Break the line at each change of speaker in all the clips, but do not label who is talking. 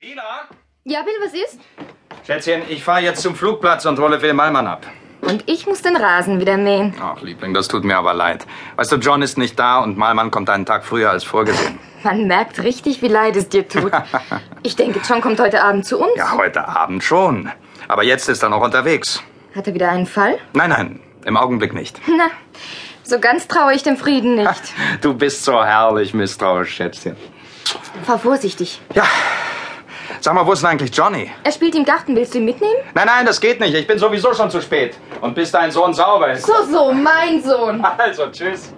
Ela?
Ja, Bill, was ist?
Schätzchen, ich fahre jetzt zum Flugplatz und hole Will Malmann ab.
Und ich muss den Rasen wieder mähen.
Ach, Liebling, das tut mir aber leid. Weißt du, John ist nicht da und Malmann kommt einen Tag früher als vorgesehen.
Man merkt richtig, wie leid es dir tut. Ich denke, John kommt heute Abend zu uns.
Ja, heute Abend schon. Aber jetzt ist er noch unterwegs.
Hat er wieder einen Fall?
Nein, nein, im Augenblick nicht.
Na, so ganz traue ich dem Frieden nicht.
Du bist so herrlich misstrauisch, Schätzchen.
Fahr vorsichtig.
Ja. Sag mal, wo ist denn eigentlich Johnny?
Er spielt im Garten. Willst du ihn mitnehmen?
Nein, nein, das geht nicht. Ich bin sowieso schon zu spät. Und bis dein Sohn sauber ist.
So, so, mein Sohn.
Also, tschüss.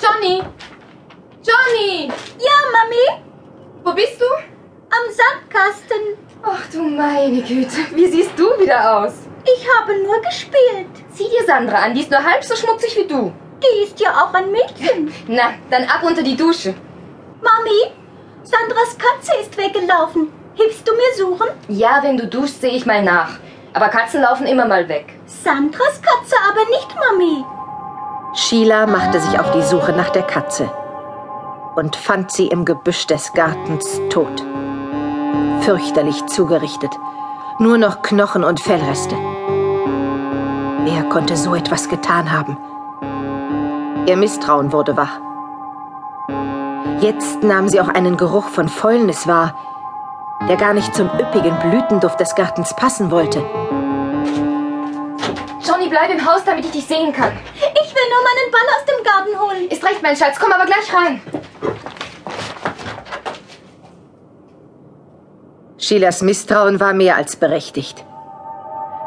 Johnny! Johnny!
Ja, Mami,
Wo bist du?
am Sandkasten.
Ach du meine Güte. Wie siehst du wieder aus?
Ich habe nur gespielt.
Sieh dir Sandra an. Die ist nur halb so schmutzig wie du.
Die ist ja auch ein Mädchen.
Na, dann ab unter die Dusche.
Mami, Sandras Katze ist weggelaufen. Hilfst du mir suchen?
Ja, wenn du duschst, sehe ich mal nach. Aber Katzen laufen immer mal weg.
Sandras Katze aber nicht, Mami.
Sheila machte sich auf die Suche nach der Katze und fand sie im Gebüsch des Gartens tot. Fürchterlich zugerichtet. Nur noch Knochen und Fellreste. Wer konnte so etwas getan haben? Ihr Misstrauen wurde wach. Jetzt nahm sie auch einen Geruch von Fäulnis wahr, der gar nicht zum üppigen Blütenduft des Gartens passen wollte.
Johnny, bleib im Haus, damit ich dich sehen kann.
Ich will nur meinen Ball aus dem Garten holen.
Ist recht, mein Schatz. Komm aber gleich rein.
Sheilas Misstrauen war mehr als berechtigt.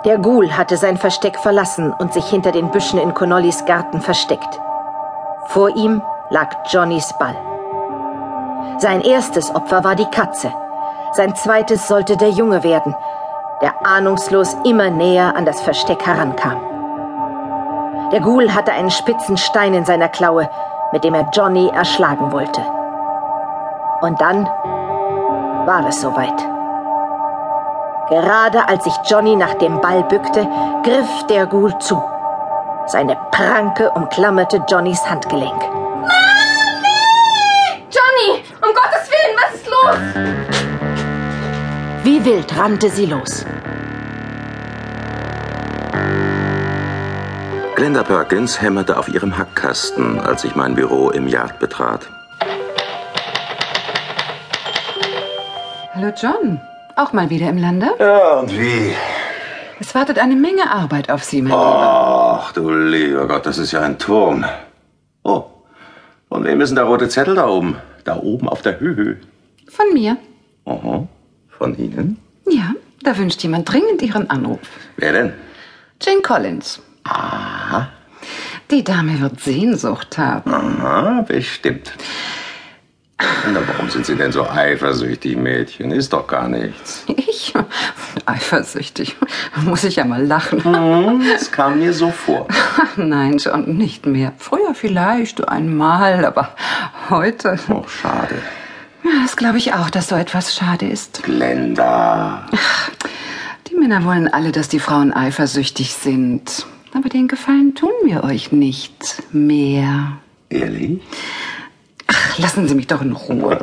Der Ghoul hatte sein Versteck verlassen und sich hinter den Büschen in Connollys Garten versteckt. Vor ihm lag Johnnys Ball. Sein erstes Opfer war die Katze. Sein zweites sollte der Junge werden, der ahnungslos immer näher an das Versteck herankam. Der Ghoul hatte einen spitzen Stein in seiner Klaue, mit dem er Johnny erschlagen wollte. Und dann war es soweit. Gerade als sich Johnny nach dem Ball bückte, griff der Ghoul zu. Seine Pranke umklammerte Johnnys Handgelenk.
Johnny, um Gottes Willen, was ist los?
Wie wild rannte sie los.
Glenda Perkins hämmerte auf ihrem Hackkasten, als ich mein Büro im Yard betrat.
Hallo John, auch mal wieder im Lande?
Ja, und wie?
Es wartet eine Menge Arbeit auf Sie, mein Lieber.
Ach du lieber Gott, das ist ja ein Turm. Oh, von wem ist denn der rote Zettel da oben? Da oben auf der Höhe.
Von mir.
Aha, von Ihnen?
Ja, da wünscht jemand dringend Ihren Anruf.
Wer denn?
Jane Collins. Aha. Die Dame wird Sehnsucht haben.
Aha, bestimmt. Na, warum sind Sie denn so eifersüchtig, Mädchen? Ist doch gar nichts.
Ich? Eifersüchtig. Muss ich ja mal lachen.
Es kam mir so vor.
Nein, John, nicht mehr. Früher vielleicht einmal, aber heute.
Oh, schade.
Ja, Das glaube ich auch, dass so etwas schade ist.
Glenda.
Die Männer wollen alle, dass die Frauen eifersüchtig sind. Aber den Gefallen tun wir euch nicht mehr.
Ehrlich?
Ach, lassen Sie mich doch in Ruhe.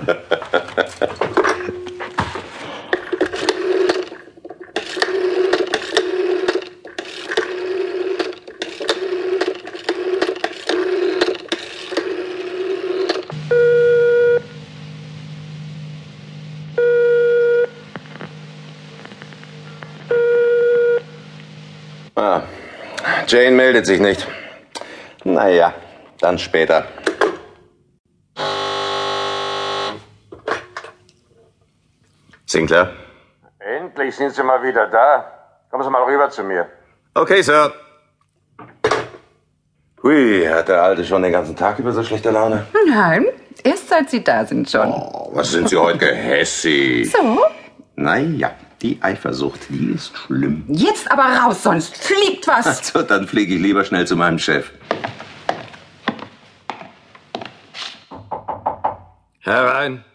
Ah, Jane meldet sich nicht. Naja, dann später.
Sinclair?
Endlich sind Sie mal wieder da. Kommen Sie mal rüber zu mir.
Okay, Sir.
Hui, hat der Alte schon den ganzen Tag über so schlechte Laune?
Nein, erst seit Sie da sind, John.
Oh, was sind Sie heute gehässig?
So,
Naja, die Eifersucht, die ist schlimm.
jetzt aber raus, sonst fliegt was.
So, dann fliege ich lieber schnell zu meinem Chef.
Herein.